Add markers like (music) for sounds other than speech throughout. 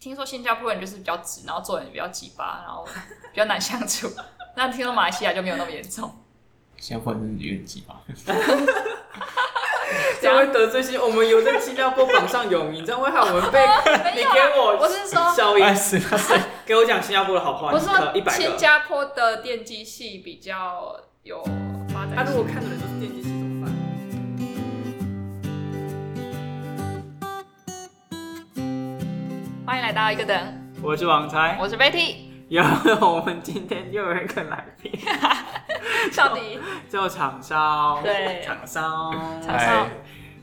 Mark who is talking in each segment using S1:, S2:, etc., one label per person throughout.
S1: 听说新加坡人就是比较直，然后做人比较鸡巴，然后比较难相 (laughs) 处。那听说马来西亚就没有那么严重，
S2: 新加坡人有点鸡巴，
S1: 怎
S3: 这
S1: 样
S3: 样会得罪新，我们有在新加坡榜上有名，这样会害我们被
S1: 没
S3: 你
S1: 有啊
S3: 给
S1: 啦。
S3: 我
S1: (laughs) 我是说，
S3: 效
S2: 哎
S3: 应，
S2: 是啊是啊
S3: 给我讲新加坡的好话，
S1: 我是
S3: 一
S1: 说
S3: 百
S1: 新
S3: 个。
S1: 加坡的电机系比较有发
S3: 他
S1: 展
S3: 如
S1: 性。
S3: 果看的人都是电机系怎么办？
S1: 欢迎来到一个等，
S3: 我是王才，
S1: 我是 Betty，
S3: 然后我们今天又有一个来宾，
S1: 到底
S3: 叫厂商，
S1: 对
S3: 厂商，
S1: 厂商
S2: 哎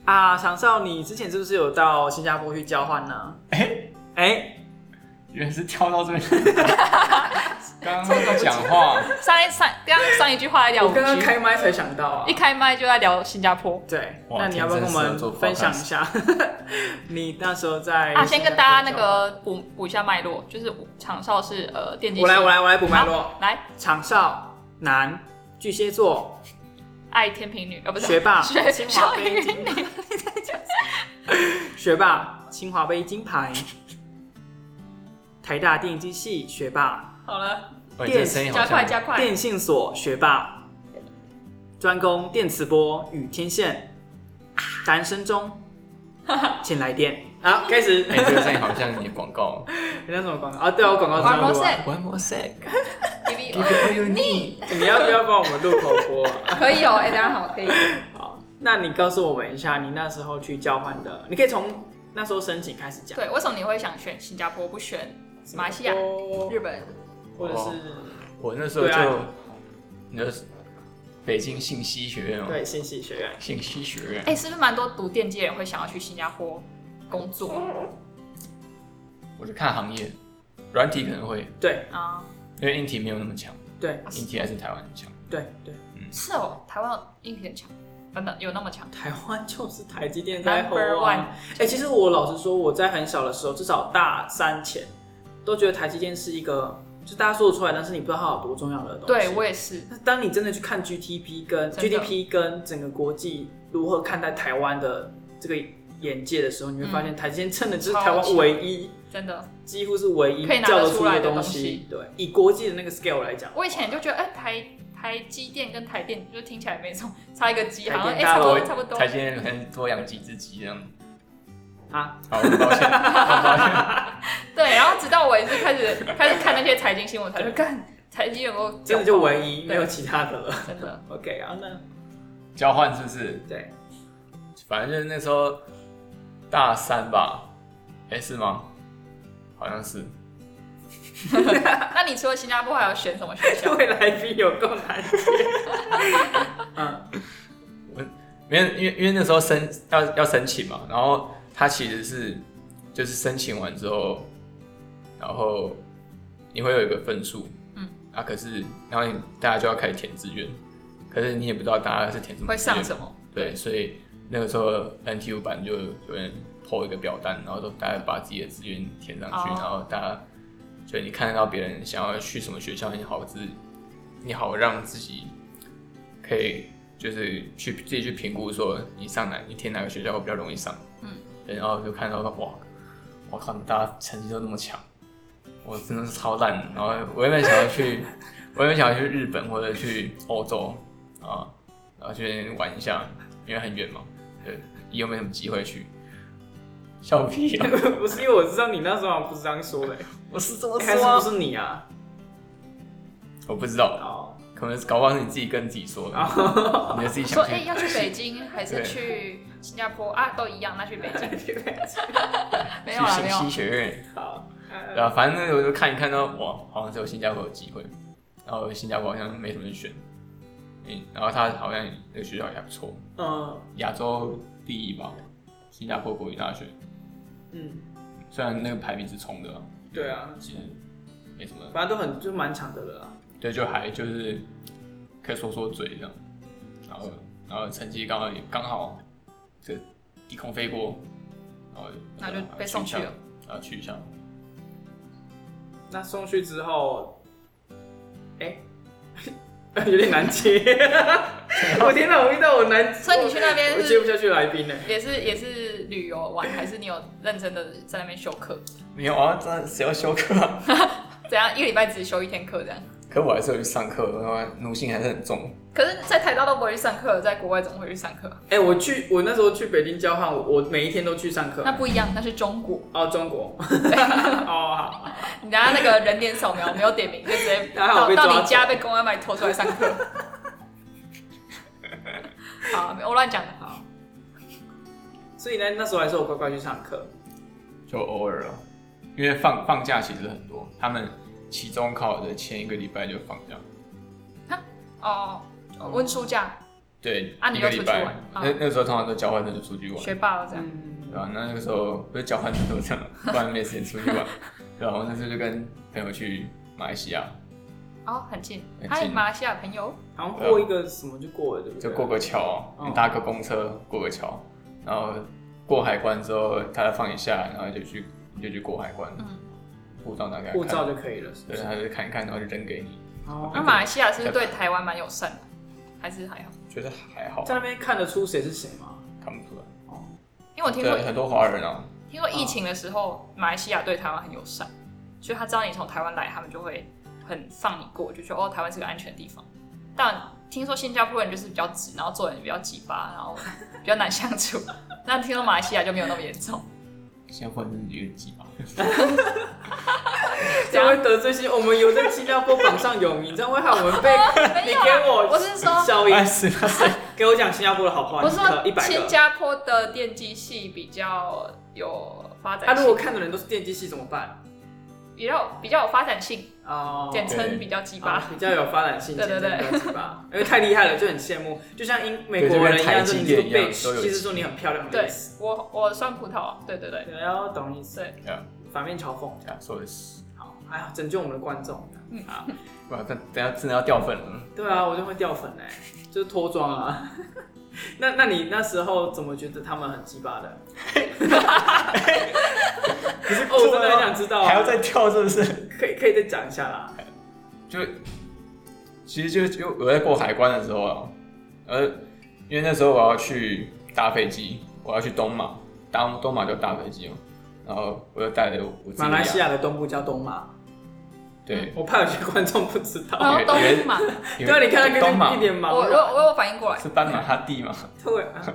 S3: 啊，厂商，你之前是不是有到新加坡去交换呢？
S2: 哎，
S3: 哎、
S2: 原来是跳到这边来，刚刚那个讲话，
S1: 上一上刚刚上一句话在聊
S3: 我刚刚
S1: 五 G
S3: 开麦才想到啊
S1: 一。开麦就在聊新加坡
S3: 对，
S2: 哇
S3: 那你要不要
S2: 天真
S3: 跟我
S2: 适合
S3: 们
S2: 做
S3: 分享一下？ (laughs) 你那时候在
S1: 啊。先跟大家那
S3: 新加坡
S1: 个补补一下脉络，就是场少是呃电机
S3: 交换，
S1: 系。
S3: 我来，我来，我来补脉络。
S1: 好来，
S3: 长少男，巨蟹座，
S1: 爱天平女，呃不是
S3: 学霸
S1: 学
S3: 清华
S1: 校
S3: 北
S1: 女
S3: 京
S1: 女。 (laughs)
S3: 学霸，清华杯金牌，台大电机系学霸，
S1: 好了，
S2: 喂，这声音好
S1: 加快
S2: 像
S1: 加快，
S3: 电信所学霸，专攻电磁波与天线，单身中，请来电。好，开始。
S2: 哎，这个声音好像你的广告。
S3: 那什么广告啊？对啊，我广告
S1: 玩
S3: 怎么
S1: 魔
S3: 录啊？
S1: 赛
S2: One more sec,
S1: B B，
S2: all you need。
S3: 你要不要帮我们录口播 (laughs) 啊？
S1: 可以哦，哎，大家好，可以。
S3: 好，那你告诉我们一下，你那时候去交换的，你可以从那时候申请开始讲。
S1: 对，为什么你会想选新加坡不选马来西亚、日本？
S3: 哦或者是
S2: 我那时候
S3: 对
S2: 就
S3: 啊，
S2: 你的北京信息学院嘛，哦
S3: 对信息学院，
S2: 信息学院。
S1: 哎，是不是蛮多读电机的人会想要去新加坡工作
S2: 我就看行业，软体可能会，
S3: 对
S1: 啊？
S2: 因为硬体没有那么强，
S3: 对
S2: 硬体还是台湾很强。
S3: 对对，
S1: 是哦，台湾硬体很强，真的有那么强
S3: 台湾就是台积电在吼
S1: ？Number one
S3: 啊。哎、其实我老实说，我在很小的时候，至少大三前，都觉得台积电是一个，就大家说得出来，但是你不知道它有多重要的东西。
S1: 对我也是，
S3: 那当你真的去看 GDP 跟
S1: 真的
S3: GDP 跟整个国际如何看待台湾的这个眼界的时候，你会发
S1: 嗯
S3: 现台积电真的就是台
S1: 超强
S3: 湾唯一，
S1: 真的。
S3: 几乎是唯一
S1: 可以拿得
S3: 叫得
S1: 出
S3: 出
S1: 来的
S3: 东
S1: 东西
S3: 西。对，以国际的那个 scale 来讲，
S1: 我以前就觉得，哎，台台积电跟台电就听起来没什么，差一个鸡，
S3: 台
S1: 好像哎，
S3: 电
S1: 差
S3: 大
S1: 不
S3: 楼
S1: 多差不多
S2: 台。积电可能多养几只鸡这样。
S3: 啊，
S2: 好，很抱歉， (laughs) 很抱歉。
S1: 对，然后直到我也是开始开始看那些财经新闻，才会干 (laughs) 财经有没有
S3: 真的就唯一，没有
S1: 对
S3: 其他的了。
S1: 真的
S3: OK 啊，那
S2: 交换是不是？
S3: 对，
S2: 反正就是那时候大三吧，哎、是吗？好像是。
S1: (laughs) 那你除了新加坡还有选什么学
S3: (laughs) 各
S1: 校？
S3: 位来宾有够难接。嗯，
S2: 因为因为因为那时候申要要申请嘛，然后他其实是就是申请完之后，然后你会有一个分数，
S1: 嗯，
S2: 啊，可是然后你大家就要开始填志愿，可是你也不知道大家是填什么
S1: 会
S2: 志愿
S1: 上，什么？
S2: 对，所以那个时候 NTU 版就有人投一个表单，然后都大家把自己的志愿填上去，
S1: 哦
S2: 然后大家就你看得到别人想要去什么学校，你好自你好让自己可以就是去自己去评估说你上哪你填哪个学校会比较容易上，
S1: 嗯
S2: 对，然后就看到哇，我靠，大家成绩都那么强，我真的是超烂的，然后我原本想要去， (laughs) 我原本想要去日本或者去欧洲啊，然后去玩一下，因为很远嘛，对，以后没什么机会去。笑屁啊！
S3: 不是因为我知道你那时候好像不是这样说的，
S2: (laughs) 我是这么
S3: 开始不是你啊。
S2: 我不知道，
S3: 哦，
S2: 可能是搞不好是你自己跟自己说的，
S3: 啊
S2: 你就自己
S1: 说
S2: 想
S1: 哎、
S2: 去。
S1: 要去北京还是
S2: 对
S1: 去新加坡啊？都一样，那去北京 (laughs) 没有
S2: 去
S1: 啦，
S2: 信
S1: 没
S2: 息
S1: 有。啊
S2: 学院，
S3: 好，呃
S2: 然后反正那个我就看一看到，哇，好像只有新加坡有机会，然后新加坡好像没什么人选，嗯，然后他好像那个学校也还不错，
S3: 嗯
S2: 亚洲第一吧，新加坡国立大学，
S3: 嗯，
S2: 虽然那个排名是冲的啊，
S3: 对啊，
S2: 其实没什么，
S3: 反正都很就蛮长的了啊啦。
S2: 对，就还就是可以说说嘴这样，然后然后成绩刚好也刚好这低空飞过，然后呃
S1: 那就被送去了，
S2: 然后去一下，
S3: 那送去之后，哎、 (laughs) 有点难接。我天哪，我遇到我难，
S1: 所以你去那边
S3: 我接
S1: 是
S3: 不下去来宾呢、
S1: 也是也是旅游玩，还是你有认真的在那边修课？
S2: 没有啊，真的谁要休课啊？ (laughs)
S1: 怎样一个礼拜只修一天课这样？
S2: 可我还是有去上课，然后奴性还是很重。
S1: 可是，在台大都不会去上课，在国外怎么会去上课？
S3: 哎、我去，我那时候去北京交换，我我每一天都去上课。
S1: 那不一样，那是中国。
S3: 哦，
S1: (laughs)
S3: 中国。哦，好
S1: 你等下那个人脸扫描没有点名，就直接
S3: 还好
S1: 到
S3: 被抓
S1: 到你
S3: 走
S1: 家被公安把你拖出来上课。好，我乱讲的。好，
S3: 所以呢，那时候还是我乖乖去上课。
S2: 就偶尔了，因为放放假其实很多，他们期中考的前一个礼拜就放假，
S1: 哦，温书假，
S2: 对，
S1: 啊你
S2: 一
S1: 又
S2: 个
S1: 出
S2: 礼
S1: 去
S2: 拜
S1: 玩。
S2: 那那时候通常都交换生就出去玩，
S1: 学霸都这样。
S3: 嗯
S2: 对，吧、那那个时候不是交换生
S1: (laughs)
S2: 都这样，不然没时间出去玩。对吧、我那次就跟朋友去马来西亚，
S1: 哦，很近。
S2: 很近
S1: 嗨，马来西亚朋友，
S3: 好像过一个什么就过了，对不对？
S2: 就过个桥，
S1: 哦
S3: 嗯
S2: 你搭个公车过个桥，然后过海关之后，他放你下来，然后就去就去过海关，
S1: 嗯
S2: 护照拿给他看，
S3: 护照就可以了，是不
S2: 对，
S3: 是？
S2: 他就看一看，然后就扔给你，
S3: 哦
S1: 那马来西亚是不是对台湾蛮友善的？还是还好？
S2: 觉得还好，
S3: 在那边看得出谁是谁吗？
S2: 看不出来。
S1: (laughs)
S3: 哦，
S1: 因为我听说
S2: 对，很多华人啊，
S1: 听说疫情的时候，马来西亚对台湾很友善，所以他知道你从台湾来，他们就会很放你过，就觉得哦，台湾是个安全的地方。但听说新加坡人就是比较直，然后做人比较鸡巴，然后比较难相
S3: (laughs)
S1: 处。但听说马来西亚就没有那么严重，
S2: 现在混日有点挤吧。
S3: 这样会得罪新，我们有在新加坡榜上有名，这样会害我们被
S1: (laughs) 没
S3: 你
S1: 有
S3: 给
S1: 啊。
S3: 我
S1: 我是说，
S3: 消音
S2: 哎，，是啊，是啊
S3: 给我讲新加坡的好话，
S1: 我是
S3: 一
S1: 说
S3: 百
S1: 新
S3: 个。
S1: 加坡的电机系比较有发展
S3: 他、
S1: 性，
S3: 啊如果看的人都是电机系怎么办？
S1: 比较比较有发展性，
S3: 哦，
S1: 简称
S2: 对
S1: 比较鸡
S3: 啊
S1: 巴。
S3: 比较有发展性，
S1: 对对对
S3: 竞争比较吧，因为太厉害了，就很羡慕，就像英美国人一样，
S2: 对
S3: 就
S2: 就跟台积电一样
S3: 你就被
S2: 都有
S3: 其实说你很漂亮的
S1: 对
S3: 意思，
S1: 我我酸葡萄，对对对
S3: 对，然后懂意思，
S1: 对，
S3: 反面嘲讽，
S2: 这样说的是，
S3: 好，哎呀，拯救我们的观众，
S1: 嗯
S3: 啊，
S2: 哇，但等一下真的要掉粉了。
S3: 对啊，我就会掉粉哎、就是脱妆啊。 (laughs) 那那你那时候怎么觉得他们很鸡
S2: (laughs)
S3: 巴的？可是哦，我真的很想知道、
S2: 还要
S3: 啊，
S2: 再哎跳是不是？
S3: 可以可以再讲一下啦。
S2: 就其实就就我在过海关的时候啊，呃，因为那时候我要去搭飞机，我要去东马，搭东马就搭飞机嘛，然后我就带了我自己的
S3: 马
S2: 牙
S3: 来西亚的东部叫东马，
S2: 对，
S3: 我怕有些观众不知道。
S1: 然后
S2: 有
S1: 东
S2: 有
S1: 马。
S2: 因
S3: (laughs) 对
S2: 为
S3: 啊，你看他
S2: 哦东
S3: 跟
S2: 马
S3: 一脸
S1: 我
S3: 茫然。
S1: 我我有反应过来，
S2: 是斑马哈蒂嘛，
S3: 对啊， (laughs)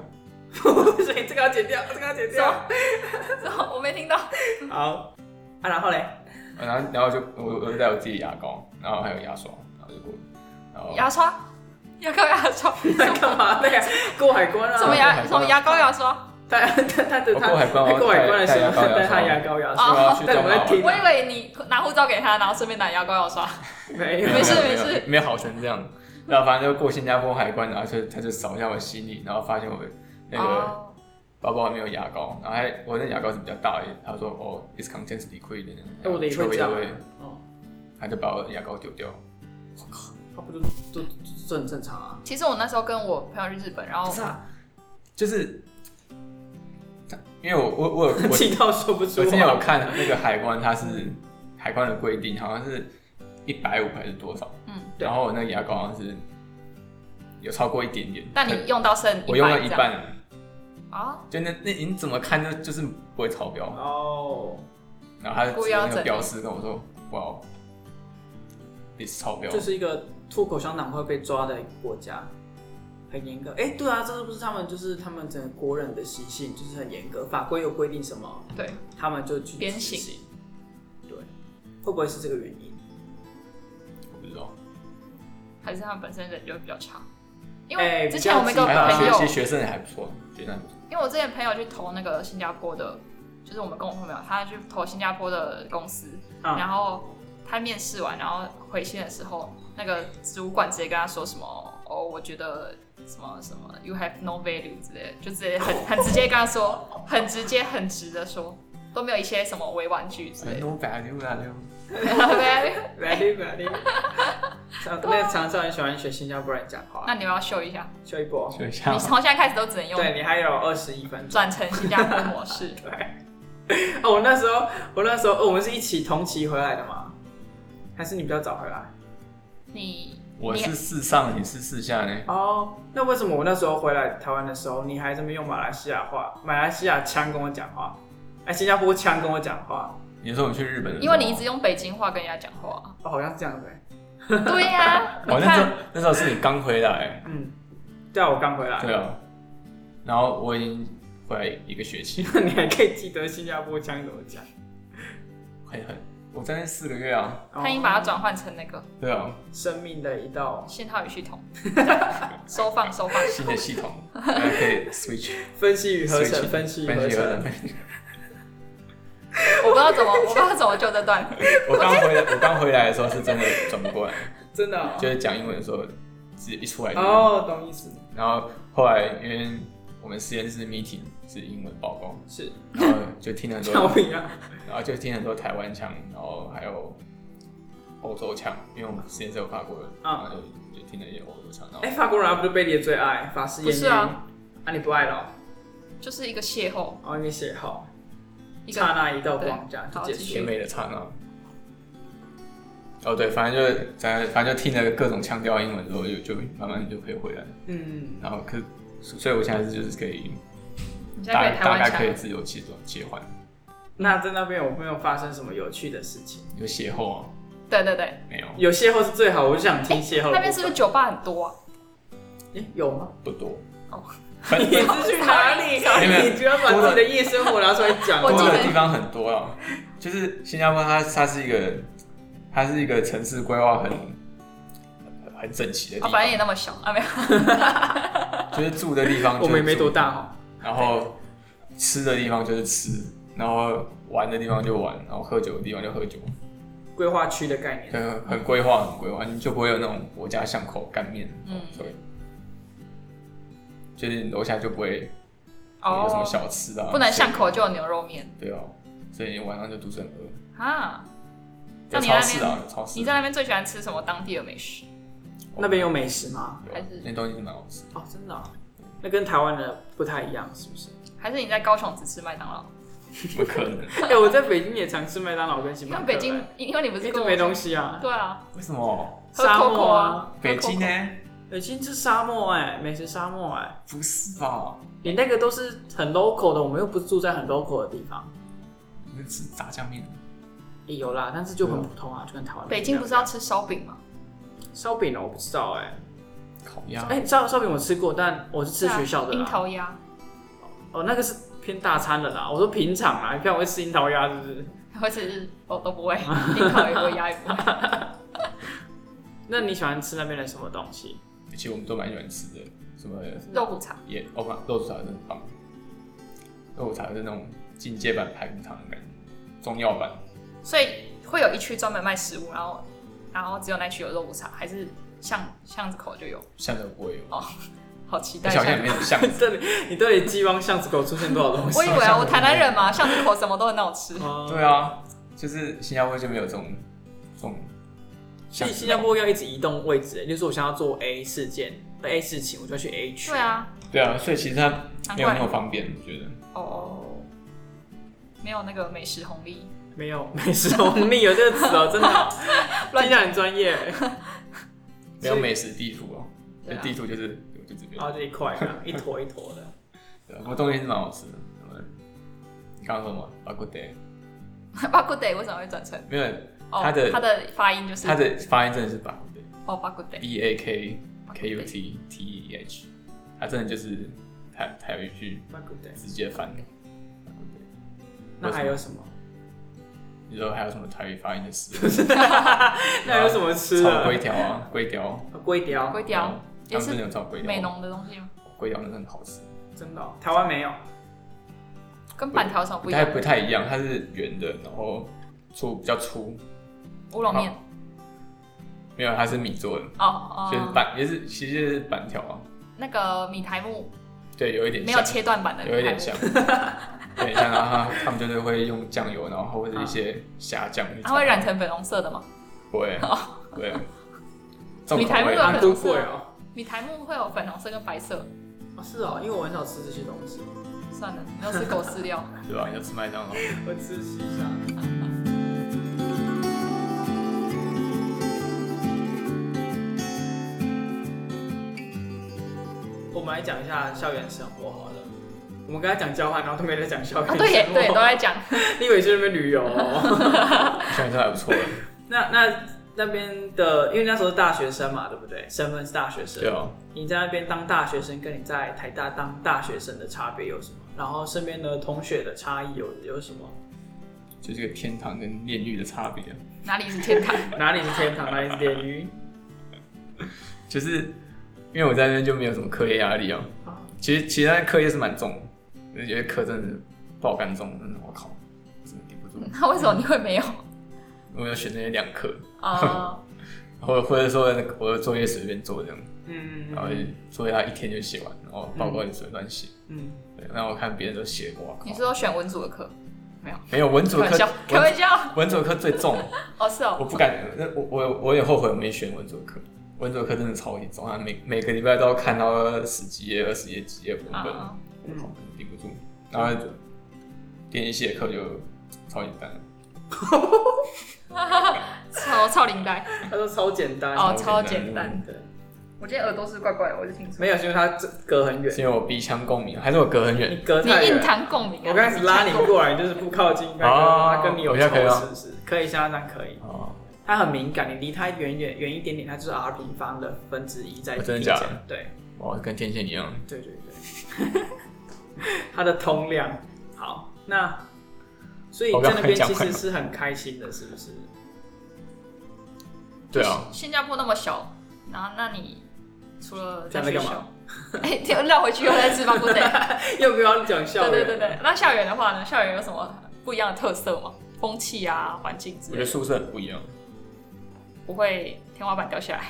S3: 所以这个要剪掉，这个要剪
S1: 什
S3: 掉
S1: 么。 (laughs) 然后我没听
S3: 哦
S1: 到。
S3: 好啊，然后嘞， (laughs)
S2: 然后然后就我我就带我自己的牙膏，然后还有牙刷，然后就过去，然后
S1: 牙刷，牙膏牙刷，
S3: 在干嘛的呀？过海关
S1: 什么
S3: 啊？
S2: 呀
S1: 牙什么牙膏牙刷？
S3: 他他他的
S2: 我
S3: 他
S2: 过海关我要
S3: 过海关的时候
S2: 带带牙膏
S3: 带他
S2: 牙
S3: 牙膏牙
S1: 哦
S2: 我
S3: 刷，
S2: 要去
S3: 但
S2: 东
S3: 我在
S2: 马
S3: 听
S2: 玩。
S1: 我以为你拿护照给他，然后顺便拿牙膏牙刷。
S3: 没有
S2: 没
S1: 没
S2: 有
S1: 事
S2: 没有
S1: 没事
S2: 没有好成这样。然后反正就过新加坡海关，然后就他就扫一下我行李，然后发现我
S3: 啊
S2: 那个
S1: 哦，
S2: 包包里面有牙膏，然后还我那牙膏是比较大一点，他说哦，it contains liquid，
S3: 哎我的也会这样
S2: 对
S3: 哦。
S2: 他就把我的牙膏丢掉。
S3: 他不就就这很正常啊？
S1: 其实我那时候跟我朋友去日本，然
S3: 不
S1: 后
S3: 是啊，
S2: 就是因为我我我
S3: (laughs)
S2: 有我
S3: 气到说不出
S2: 我之前有
S3: 话。
S2: 看那个海关，它是海关的规定，好像是一百五还是多少？
S1: 嗯，
S3: 对
S2: 然后我那个牙膏好像是有超过一点点，
S1: 但你用到剩
S2: 我用了一
S1: 这样
S2: 半了。
S1: 啊，
S2: 就那那你怎么看就就是不会超标，
S3: 哦，
S2: 然后他
S1: 故
S2: 就
S1: 意要
S2: 那个
S1: 整
S2: 标识跟我说，哇，this 超标，
S3: 就是一个吐口香糖会被抓的一个国家，很严格。哎、对啊，这是不是他们就是他们整个国人的习性就是很严格，法规有规定什么，
S1: 对，
S3: 他们就去
S1: 鞭
S3: 执
S1: 刑
S3: 行。对，会不会是这个原因？
S2: 我不知道。
S1: 还是他们本身人就比较差。因
S3: 哎
S1: 为
S3: 比
S1: 之
S3: 较啊
S1: 前我们一个
S2: 还好，
S1: 朋
S2: 学
S1: 友
S2: 其，实学生也还不错，学生还不错。
S1: 因为我之前朋友去投那个新加坡的，就是我们跟我朋友，他去投新加坡的公司，
S3: 啊、
S1: 然后他面试完，然后回信的时候，那个主管直接跟他说什么：“哦，我觉得什么什么，you have no value 之类的，就直接很很直接跟他说，很直接很直的说，都没有一些什么委婉句之类的。
S2: No value 啦，就
S1: (laughs) value (laughs)
S3: ，very very。常那常常很喜欢学新加坡人讲话
S1: 那，你们要秀一下，
S3: 秀一波。
S2: 就像
S1: 你从现在开始都只能用
S3: 对你还有二十一分钟。
S1: 转成新加坡模式。
S3: (laughs) 哦，我那时候，我那时候，哦我们是一起同期回来的嘛？还是你比较早回来？
S1: 你
S2: 我是四上，你是四下呢？
S3: 哦，那为什么我那时候回来台湾的时候，你还这么用马来西亚话、马来西亚腔跟我讲话，哎，新加坡腔跟我讲话？
S2: 你说我去日本的时候，
S1: 因为你一直用北京话跟人家讲话。
S3: 哦，好像是这样子、欸。
S1: 对呀、你
S2: 哦，那时候
S1: 看，
S2: 那时候是你刚回来，
S3: 嗯，对啊，我刚回来， (laughs)
S2: 对啊，然后我已经回来一个学期，
S3: 你还可以记得新加坡腔怎么讲？
S2: 很很，我在那四个月啊，
S1: 他已经把它转换成那个
S2: 对啊，
S3: 哦生命的一道
S1: 信号与系统， (laughs) 收放收放。
S2: 新的系统，还可
S3: (laughs)
S2: 以 switch，
S3: 分析与合成，
S2: switch，
S3: 分析与
S2: 分
S3: 合
S2: 析合
S3: 成。
S2: 成。
S1: 我不知道怎么，我不知道怎么救这段。
S2: 我刚回来，我刚回来的时候是真的转不过来，
S3: 真的、哦
S2: 就是讲英文的时候，直接一出来就
S3: 哦，懂意思，
S2: 然后后来因为我们实验室 meeting 是英文报告，
S3: 是
S2: 然后就听
S1: (laughs)
S2: 很多
S3: 像我一样，
S2: 然后就听很多台湾腔，然后还有欧洲腔，因为我们实验室有法国
S1: 哦
S2: 人，然
S3: 啊
S2: 后就就听了一些欧洲腔。然后
S3: 哎、法国人还不是贝利的最爱，法式
S1: 不
S3: 艳
S1: 是
S3: 遇
S1: 啊，
S3: 啊你不爱了
S1: (laughs) 就是一个邂逅，
S3: 哦，哦，你写好，
S1: 一
S3: 刹
S1: 个
S3: 那一道光，这样就
S1: 好
S3: 结
S1: 继
S2: 甜
S1: 续
S3: 束。
S2: 美的刹那。哦，对，反正就是咱反正就听了各种腔调英文之后，就就慢慢就可以回来。
S3: 嗯，
S2: 然后可，所以我现在是就是可以
S1: 你现在可
S2: 大
S1: 以台
S2: 大
S1: 湾
S2: 概
S1: 腔
S2: 可以自由切转切换，
S3: 那在那边有没有发生什么有趣的事情？
S2: 有邂逅啊，
S1: 对对对，
S2: 没有
S3: 有邂逅是最好，我就想听邂逅的部分。
S1: 那边是不是酒吧很多啊？
S3: 诶
S1: (laughs)
S3: 有吗？
S2: 不多。
S1: 哦
S2: 反正
S3: 你是去哪里？ (laughs) 你居然把自己的夜生活拿出来讲，
S1: 我
S2: 多
S1: 记得
S2: 的地方很多啊，就是新加坡它它是一个它是一个城市规划很很整齐的
S1: 啊，反
S2: 地方，
S1: 正也那么小啊，没有。
S2: 就是住的地方
S3: 我
S2: 就
S3: 们也
S2: 是
S3: 没
S2: 住
S3: 多，大哦哈。
S2: 然后吃的地方就是吃，然后玩的地方就玩，然后喝酒的地方就喝酒，
S3: 规划区的概念，
S2: 很很规划很规划，你就不会有那种我家巷口干面，
S1: 嗯
S2: 对，就是楼下就不会有什么
S1: 哦，
S2: 小吃的、啊，
S1: 不能巷口就有牛肉面
S2: 对哦，所以晚上就肚子很饿。
S1: 啊。
S2: 有
S1: 那你
S2: 超
S1: 那
S2: 市啊，有超市
S1: 你在那边最喜欢吃什么当地的美食？
S3: 那边有美食吗？
S2: 有
S1: 还是
S2: 啊那东西是蛮
S1: (laughs)
S2: 好吃的。
S3: 哦，真的哦、那跟台湾的不太一样，是
S1: (laughs)
S3: 不是？
S1: 还是你在高雄只吃麦当劳？
S2: 不可能，
S3: 哎、我在北京也常吃麦当劳跟星
S1: 因
S3: 巴
S1: 为
S3: 克，
S1: 北京，因为你不
S3: 哎
S1: 是
S3: 一
S1: 跟
S3: 直
S1: 我
S3: 没东西啊，
S1: 对啊，
S2: 为什么？
S1: 喝 Coco
S3: 沙漠啊，
S1: 喝
S2: 北京呢
S1: Coco？？
S3: 北京是沙漠哎、美食沙漠哎、
S2: 不是吧？
S3: 你那个都是很 local 的，我们又不是住在很 local 的地方。
S2: 你们吃炸酱面？
S3: 也有啦，但是就很普通啊，就跟台湾
S1: 嗯北京不是要吃烧饼吗？
S3: 烧饼哦，我不知道哎、
S2: 烤鸭？
S3: 哎、烧烧饼我吃过，但我是吃学校的
S1: 啊
S3: 啊
S1: 樱
S3: 啦。
S1: 桃鸭， (laughs)
S3: 哦，那个是偏大餐的啦。我说平常啦，你看我会吃樱桃鸭是不是？
S1: 或者是我都不
S3: (laughs)
S1: 会，樱桃也不会，鸭也不会。
S3: 那你喜欢吃那边的什么东西？ (laughs)
S2: 其实我们都蛮喜欢吃的，什么
S1: 肉骨茶，
S2: 也哦不，肉骨茶真的很棒。肉骨茶是那种进阶版排骨汤的感觉，中药版。
S1: 所以会有一区专门卖食物，然后然后只有那区有肉骨茶，还是巷巷子口就有？
S2: 巷子不会有，
S1: 好期
S2: 那
S1: 待！
S2: 小巷里面
S1: (laughs)
S2: 有巷子，
S3: 这里你到底寄望巷子口出现多少东西？
S1: 我以为啊，我台南人嘛，巷子口什么都很好吃。
S3: 哦
S2: (laughs) 对，啊，就是新加坡就没有这种这种
S3: 所
S2: 巷
S3: 以
S2: 子。
S3: 新加坡要一直移动位置，就是我想要做 A 事件、A 事情，我就要去 A 区。
S1: 对，啊，
S2: 对啊，所以其实它
S1: 难
S2: 没有那
S1: 怪
S2: 么方便，我觉得。
S1: 哦，没有那个美食红利，
S3: 没有美食红利有这个词哦，真 (laughs) 的，
S1: 乱
S3: 听起来很专业。
S2: 没有美食地图哦、
S1: 对啊 (laughs)
S2: 地图就是就这边
S3: 然。后这一块啊一坨一坨的，
S2: 对啊，不过东西是蛮好吃的。什么你刚刚说什么？巴古德？
S1: 巴古德为什么会转成？
S2: 没有，
S1: 哦，
S2: 它的
S1: 它的发音就是
S2: 它的发音真的是巴古德
S1: 哦，巴古德，
S2: ，B E A K K U T T E H，它真的就是台台语去
S3: 那不对
S2: 直接翻的。巴古德
S3: 那还有什么？
S2: 啊你知道还有什么台语发音的食物？
S3: 那还有什么吃
S2: 炒
S3: 的哦
S2: 龟？条啊，龟条，哦
S3: 龟雕
S1: 龟雕
S2: 他
S1: 也
S2: 们真的
S1: 是
S2: 有炒龟条，
S1: 美浓的东西吗？
S2: 龟条真的很好吃，
S3: 真的哦，台湾没有。
S1: 跟板条有什么不
S2: 不
S1: 一
S2: 太
S1: 样？
S2: 不太一样，它是圆的，然后粗比较粗，
S1: 乌龙面
S2: 没有它是米做的，
S1: 哦哦，
S2: 就是板也是其实就是板条啊，
S1: 那个米苔木
S2: 对，有一点
S1: 没有
S2: 像。
S1: 切断版的米苔木，
S2: 有一点像， (laughs) 有点像，然后他他们就是会用酱油，然后或者一些虾酱去炒，
S1: 它嗯会染成粉红色的吗？
S2: 不会，不
S1: (laughs)
S2: 会，重
S1: 你
S2: 口
S1: 台
S2: 味
S1: 湾
S2: 啊
S1: 的
S3: 啊，都贵哦。
S1: 米苔木会有粉红色跟白色，
S3: 哦，是哦，因为我很少吃这些东西，
S1: 算了，你要吃狗饲 (laughs) 料。
S2: 对吧？要吃麦当劳，
S3: 我吃西沙。 (laughs) 来讲一下校园生活好了。我们刚才讲交换，然后都没在讲校园
S1: 啊，
S3: 生活。
S1: 对耶对，都在讲。
S3: (laughs) 你以为去那边旅游哦？ (laughs)
S2: 校园生活还不错，
S3: 那那那边的，因为那时候是大学生嘛，对不对？身份是大学生。
S2: 对啊，
S3: 你在那边当大学生，跟你在台大当大学生的差别有什么？然后身边的同学的差异有有什么？
S2: 就这个天堂跟炼狱的差别，啊
S1: 哪里是天堂？ (laughs)
S3: 哪里是天堂，哪里是地狱？
S2: 就是因为我在那边就没有什么课业压力啊
S1: 哦
S3: 啊。
S2: 其实其实那课业是蛮重的，有些课真的是爆肝重，真的我靠，真的顶不住。
S1: 那为什么你会没有
S2: 我有选那些两课，
S1: (laughs) 啊？
S2: 或或者说那个我的作业随便做这样，
S3: 嗯
S2: 然后就作业他一天就写完，然后报告也随便乱写。
S3: 嗯，
S2: 对，那我看别人都写过，哇
S1: 你是
S2: 靠，
S1: 说选文组的课？
S2: 没有文
S1: 开
S2: 组
S1: 玩
S2: 课
S1: 笑，开玩笑。
S2: (laughs) 文文组课最重，
S1: 哦，是
S2: 我
S1: 哦，
S2: 不敢，那我我我也后悔我没选文组课。文组课真的超级重啊，每每个礼拜都要看到十几页、二十页、几页文
S1: 啊
S2: 本，
S1: 啊，
S3: 嗯
S2: 好顶不住。然后就电机系的课就超简单，
S1: 超超灵 (laughs) 呆。
S3: 他说超简单
S1: 哦，超
S2: 超
S1: 简
S2: 简单
S1: 单。
S3: 对，
S1: 我今天耳朵是怪怪的，我就听错。
S3: 没有，是因为他隔很远，
S2: 是因为我鼻腔共鸣，还是我隔很
S3: 你
S2: 远？
S3: 隔
S1: 你
S3: 太
S1: 硬
S3: 远。
S1: 弹共鸣啊。
S3: 我刚开始拉你过来，就是不靠近，那
S2: 哦
S3: 个他跟你有
S2: 我现在可以
S3: 仇
S2: 吗
S3: 是不是？可以，现在这样可以。
S2: 哦，
S3: 他很敏感，你离他远远远一点点，他就是 r 平方的分之一在
S2: 哦真的
S3: 底
S2: 假
S3: 下
S2: 的。
S3: 对
S2: 哇，哦跟天线一样。
S3: 对对对，他的通量好。那所以
S2: 我
S3: 在
S2: 刚
S3: 那
S2: 刚
S3: 边
S2: 讲
S3: 其
S2: 快
S3: 实
S2: 了
S3: 是很开心的，是不
S1: (laughs)
S3: 是？
S2: 对啊，
S1: 新加坡那么小，然后那你除了在
S3: 在那
S1: 学
S3: 干嘛
S1: 校， (laughs) 哎，就绕回去又在吃饭不 (laughs) 对。
S3: 又不要讲校
S1: 对
S3: 园，
S1: 对对对，那校园的话呢？校园有什么不一样的特色吗？风气啊，环境之
S2: 我
S1: 类的，
S2: 觉得宿舍很不一样。
S1: 不会天花板掉下
S2: (laughs)
S1: 来。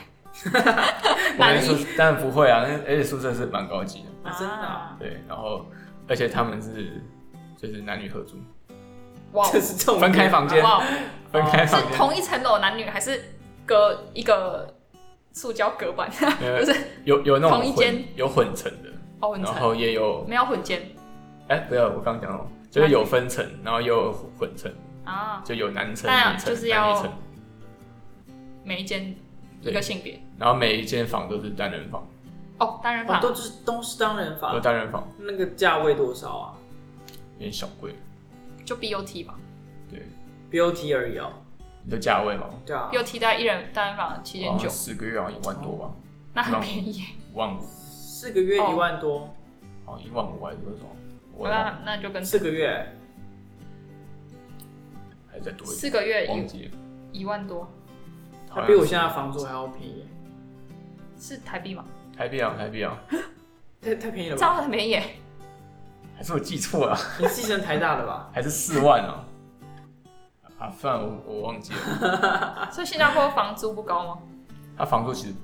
S2: 我
S1: 满
S2: 们
S1: 意
S2: 宿当然不会啊，那而且宿舍是蛮高级的。
S3: 啊真的啊
S1: 啊
S2: 对，然后而且他们是就是男女合租，
S1: 哇哦
S3: (laughs) 这是重点
S2: 分开房间
S1: 哇哦，
S2: 分开
S1: 是
S2: 房间，
S1: 同一层楼男女还是隔一个塑胶隔板？(laughs)
S2: 呃
S1: 不是
S2: 有有那种
S1: 同一
S2: 混
S1: 间
S2: 有混成的，
S1: 哦，混
S2: 然
S1: 层
S2: 后也有
S1: 没有混间
S2: 哎、不要，我刚刚讲了，就是有分层，然后也有混层，
S1: 啊，
S2: 就有男层、
S1: 那
S2: 女层、
S1: 就是
S2: 男
S1: 要
S2: 女层，
S1: 每一间一个
S2: 对，
S1: 性别
S2: 然后每一间房都是单人房，
S1: 哦，单人
S3: 哦
S1: 房，
S3: 都是都是当人
S2: 有
S3: 房，
S2: 单人房
S3: 那个价位多少啊
S2: 有点小贵，
S1: 就 BOT 嘛
S2: 对，
S3: ？BOT 而已哦，
S2: 你的价位嘛，
S3: 对啊，
S1: ，BOT 在一人单人房七千
S2: 好像
S1: 九，
S2: 四个月好像一万多吧，
S1: 那很便宜耶。
S2: 一万五，
S3: 四个月
S1: 哦
S3: 一万多，
S2: 好像一万五还是多少？我忘了
S1: (laughs) 那那就跟
S3: 四个月
S2: 还再多一点，
S1: 四个月
S2: 忘
S1: 一
S2: 记了，
S1: 一万多
S3: 它比我现在的房租还要便宜，
S1: 是台币吗？
S2: 台币啊，台币啊，
S3: 太太便宜了
S1: 这
S3: 吧？
S1: 样很便宜耶，
S3: (laughs)
S2: 还是我记错了，
S3: 你继承台大的吧？
S2: 还是四万啊？啊，算了，我我忘记了，
S1: 所以新加坡房租不高吗？
S2: 它房租其实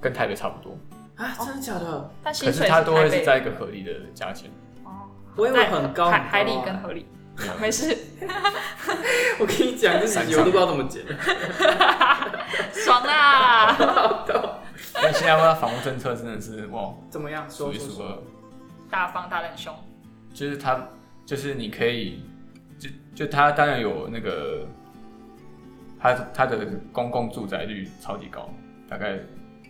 S2: 跟台北差不多，
S3: 啊，
S1: 哦
S3: 真的假的？
S1: 但
S2: 可
S1: 薪
S2: 是
S1: 水
S2: 它
S1: 台
S2: 都会是
S1: 北
S2: 在一个合理的价钱。
S1: 哦
S3: 我以为很高，
S1: 在海
S3: 很高
S1: 海里
S3: 啊
S1: 跟河里
S2: 没有，
S1: 没事，
S3: 我跟你讲，这几集我都不知道怎么剪。
S1: 爽啦！
S2: 因为新加坡的房屋政策真的是哇，
S3: (laughs) 怎么样？
S2: 数
S3: 说
S2: 一
S3: 说
S2: 数
S3: 说，
S2: 二，
S1: 大方大人凶，
S2: 就是它就是你可以就就它当然有那个它它的公共住宅率超级高，大概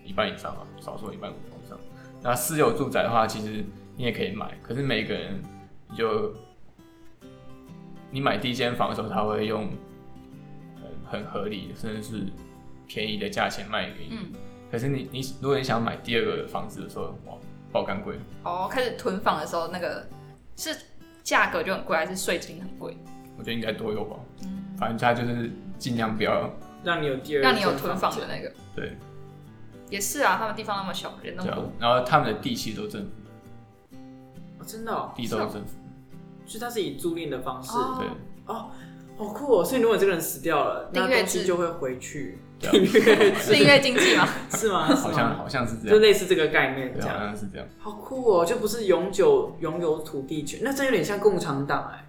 S2: 一半以上啊，少说一半以上。那私有住宅的话，其实你也可以买，可是每个人你就你买第一间房的时候，他会用很很合理甚至是便宜的价钱卖给你。
S1: 嗯，
S2: 可是你你如果你想买第二个房子的时候，哇，爆肝贵，
S1: 哦，开始囤房的时候，那个是价格就很贵，还是税金很贵？
S2: 我觉得应该都有吧。反正他就是尽量不要
S3: 让你有第二，
S1: 让你有囤房的，那个
S2: 对
S1: 也是啊，他们地方那么小，人那
S2: 这
S3: 啊
S1: 么
S2: 样
S1: 多，，
S2: 然后他们的地契都政府，
S3: 哦真的哦，
S2: 地都是政府，
S3: 所以它是以租赁的方式，
S1: 哦
S2: 对，
S3: 好酷哦。所以如果这个人死掉了，那
S1: 订阅
S3: 东西
S1: 制
S3: 就会回去，
S2: 对啊
S3: 订阅
S1: 是因
S3: 制
S1: 为经济
S3: (laughs)
S1: 吗？
S3: 是吗？是
S2: (laughs) 好像
S3: 吗？
S2: 好像是这
S3: 就
S2: 样，
S3: 类似这个概念
S2: 对，
S3: 这
S2: 好
S3: 样，
S2: 像是这样，
S3: 好酷哦！就不是永久拥有土地权，那这有点像共产党哎。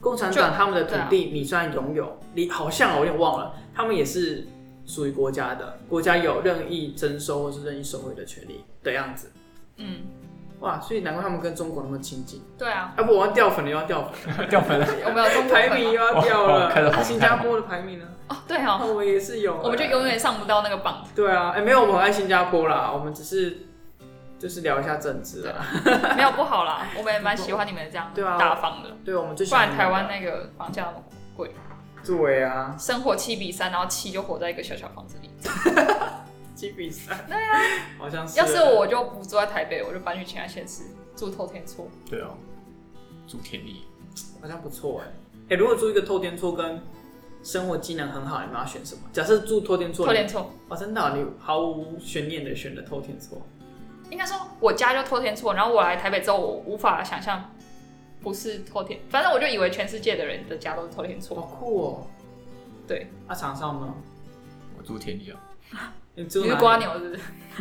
S3: 共产党
S1: 就啊
S3: 他们的土地，你虽然拥有，你好像哦我有点忘了，他们也是属于国家的，国家有任意征收或是任意收回的权利的样子。
S1: 嗯，
S3: 哇，所以难怪他们跟中国那么亲近。
S1: 对啊，
S3: 啊不，我要掉粉了，又要
S1: (laughs)
S3: 掉粉了，
S2: 掉分了，
S1: 我们有中国
S3: 排
S1: 朋友
S3: 名又要掉
S2: 哇 (laughs) 开始
S3: 了。啊
S2: 红
S3: 新加坡的排名呢？
S1: 哦，对
S3: 啊，
S1: 哦，
S3: 我也是有。 (laughs)
S1: 我们就永。远上不到那个榜。
S3: 对啊，哎、没有，我们很爱新加坡啦，我们只是就是聊一下政治啊。
S1: 没有不好啦，我们也蛮喜欢你们这样
S3: 对啊
S1: 大方的，
S3: 对，我们就
S1: 不然台湾那个房价那么贵，
S3: 对啊，
S1: 生活七比三，然后七就活在一个小小房子里。
S3: 七比三，对啊，好像是。
S1: 要是，我就不住在台北，我就搬去其他县市住透天厝。
S2: 对啊，住天地，
S3: 好像不错哎、哎、如果住一个透天厝跟生活机能很好，你们要选什么？假设住透天厝，
S1: 透天厝，
S3: 哇，真的啊、你毫无悬念的选了透天厝，
S1: 应该说我家就透天厝，然后我来台北之后，我无法想象不是透天，反正我就以为全世界的人的家都是透天
S3: 好
S1: 厝。
S3: 酷哦、
S1: 对，
S3: 啊，长上呢？
S2: 我住天地啊，
S3: 你住
S1: 你是
S3: 哪
S1: 瓜
S3: 里？
S1: 牛是不是？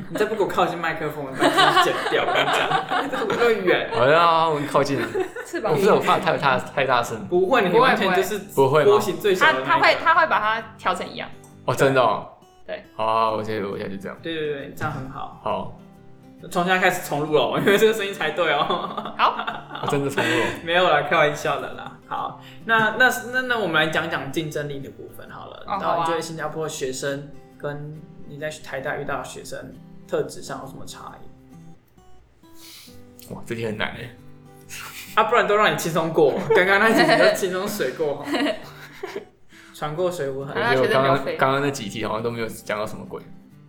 S3: 你再不给我靠近麦克风，我把你剪掉！我跟你讲，这么
S1: (laughs)
S3: 远，
S2: 我要靠近，
S1: 翅膀
S2: 我不是我怕太大太大声，
S3: 不会，你
S1: 不会
S3: 完全就是
S2: 不会吗
S3: 波形最小
S1: 他
S3: 的那一个
S1: 他会他会把它调成一样。
S2: 哦，真的哦，
S1: 对，
S2: 好啊，我现在我现在就这样，
S3: 对对对，这样很好。
S2: 好，
S3: 从现在开始重录了，因为这个声音才对哦。
S1: 好，
S2: 我真的重录，
S3: (laughs) 没有啦，开玩笑的啦。好，那那那那我们来讲讲竞争力的部分好了。
S1: 哦好
S3: 然
S1: 啊
S3: 后你觉得新加坡学生跟你在台大遇到的学生特质上有什么差异？
S2: 哇，这题很难哎，
S3: 啊，不然都让你轻松
S1: (laughs)
S3: 过，刚刚那几题都轻松水过哈。船过水无
S2: 我
S3: 痕
S1: 好，啦
S2: 觉得
S1: 学生
S2: 我刚刚
S1: 没有飞
S2: 刚刚那几题好像都没有讲到什么鬼，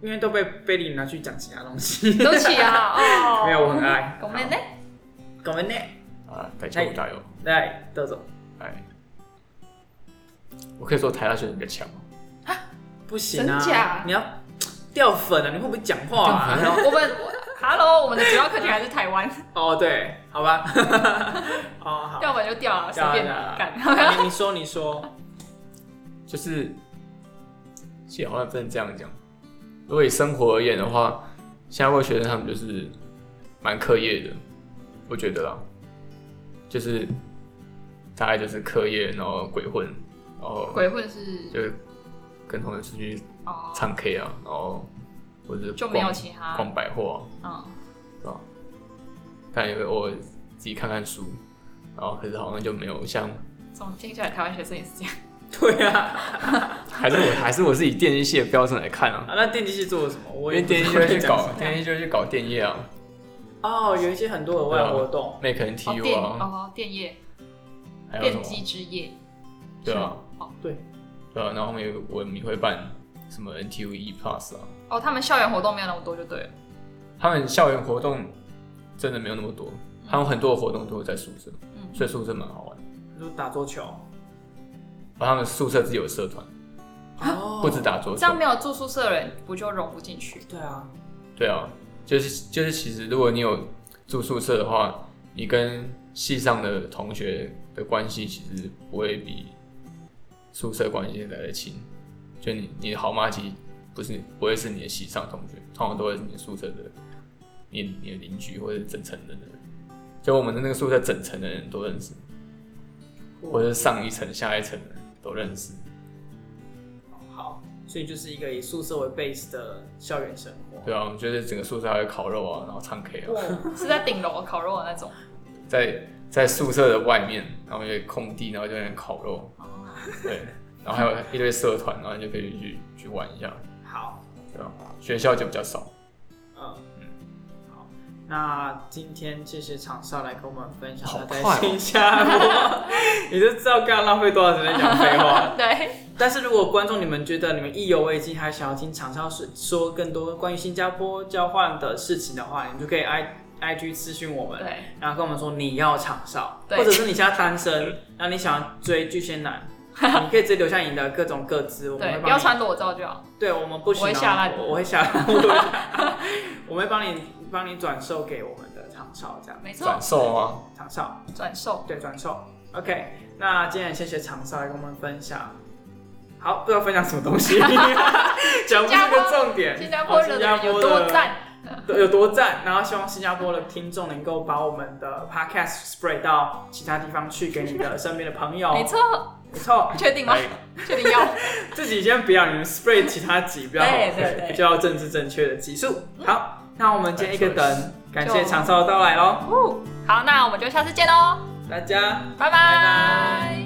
S3: 因为都被贝利拿去讲其他东西。
S1: 对不起啊，哦，
S3: 没有，我
S1: (laughs)
S3: 很爱。
S1: ごめんね。
S3: 好，我们呢？
S2: 啊，再加油加油，
S3: 来，豆总，
S2: 哎，我可以说台大学生比较强吗？
S3: 不行啊！
S1: 真假
S3: 你要掉粉了，你会不会讲话啊？然后
S1: 我们我 Hello，我们的主要课题还是台湾，
S3: 哦，对，好吧， (laughs) 哦好，
S1: 要不然就掉了，随便
S3: 掉了
S1: 干。
S3: 好啊你你说你说，
S2: (laughs) 就是，其实好像不能这样讲。如果以生活而言的话，新加坡学生他们就是蛮课业的，我觉得啦，就是大概就是课业，然后鬼混，然后
S1: 鬼混是
S2: 就是跟同学出去
S1: 哦，
S2: 唱 K 啊，然后或者是
S1: 就
S2: 逛
S1: 没有其他，
S2: 逛百货、
S1: 嗯，
S2: 啊，是吧？但也会偶尔自己看看书，然后可是好像就没有像，
S1: 总听起来台湾学生也是这样。
S3: (laughs) 对啊，
S2: 还是我还是我是以电机系的标准来看啊
S3: (laughs) 啊，那电机系做了什么？我
S2: 因为
S3: 也
S2: 电机
S3: 不知
S2: 就
S3: 道
S2: 会去
S3: 在
S2: 搞
S3: 讲什，么
S2: 电机就会去搞电业啊
S3: 哦，有一些很多额外活动，
S2: ，Make 人 TU
S1: 电
S2: 啊，
S1: 哦电业
S2: 还有什
S1: 电机
S2: 么？
S1: 之夜，
S2: 对啊，
S1: 哦
S2: 对啊，然后后面有个我们也会办什么 NTU E Plus 啊，
S1: 哦，他们校园活动没有那么多就对了。
S2: 他们校园活动真的没有那么多，他们很多的活动都会在宿舍，
S1: 嗯，
S2: 所以宿舍蛮好玩的。
S3: 啊就打桌球，
S2: 然后他们宿舍自己有社团，
S3: 哦
S2: 不止，打桌
S1: 这
S2: 球
S1: 样。没有住宿舍的人不就融不进
S3: (laughs)
S1: 去？
S3: 对啊，
S2: 对啊，就是就是，其实如果你有住宿舍的话，你跟系上的同学的关系其实不会比宿舍关系来的亲。就你你的好妈其实不是不会是你的系上同学，通常都会是你的宿舍的你你的邻居或者整层的人。就我们的那个宿舍整层的人都认识，或者是上一层下一层的人都认识。
S3: 好，所以就是一个以宿舍为 base 的校园生活，
S2: 对啊，我们就是整个宿舍还会烤肉啊，然后唱 K 啊。
S1: 哇，是在顶楼烤肉的那种。
S2: 在在宿舍的外面，然后有一个空地，然后就在那边烤肉，对，然后还有一堆社团，然后你就可以去去玩一下，
S3: 好，
S2: 对吧？学校就比较少，
S3: 嗯。好，那今天谢谢场少来跟我们分享他
S2: 好
S3: 在
S2: 快哦
S3: 新加坡， (laughs) 你就知道刚刚浪费多少时间讲废话。
S1: 对，
S3: 但是如果观众你们觉得你们意犹未尽，还想要听厂商说说更多关于新加坡交换的事情的话，你们就可以 i i g 私讯我们，
S1: 对，
S3: 然后跟我们说你要厂少，
S1: 对
S3: 或者是你现在单身，然后你想要追巨蟹
S1: (laughs)
S3: 男，你可以直接留下你的各种各自，我们会
S1: 对，
S3: 帮你
S1: 不要穿裸照就好。
S3: 对我们不行哦，
S1: 我会下烂
S3: 我我会下烂，我 (laughs) 会我们会帮你帮你转售给我们的厂少，这样
S1: 没错
S2: 转，售啊吗？
S3: 厂少
S1: 转售。
S3: 对转售，OK，那今天也谢谢厂少来跟我们分享。好，不知道分享什么
S1: (laughs)
S3: 东西，讲不是个重点。哦
S1: 新加坡
S3: 好
S1: 人有多，赞？
S3: 新加坡的有多赞。然后希望新加坡的听众能够把我们的 podcast spread 到其他地方去，给你的身边的朋友。
S1: 没，错，
S3: 没错，
S1: 确定吗？确定要？
S3: 自己先不要，你们 spread 其他集不要，
S1: 对对对嗯
S3: 比较政治正确的集数。好，那我们今天一个等，感谢
S1: 就
S3: 长少的到来喽，
S1: 哦好，那我们就下次见喽，
S3: 大家。
S1: 拜拜。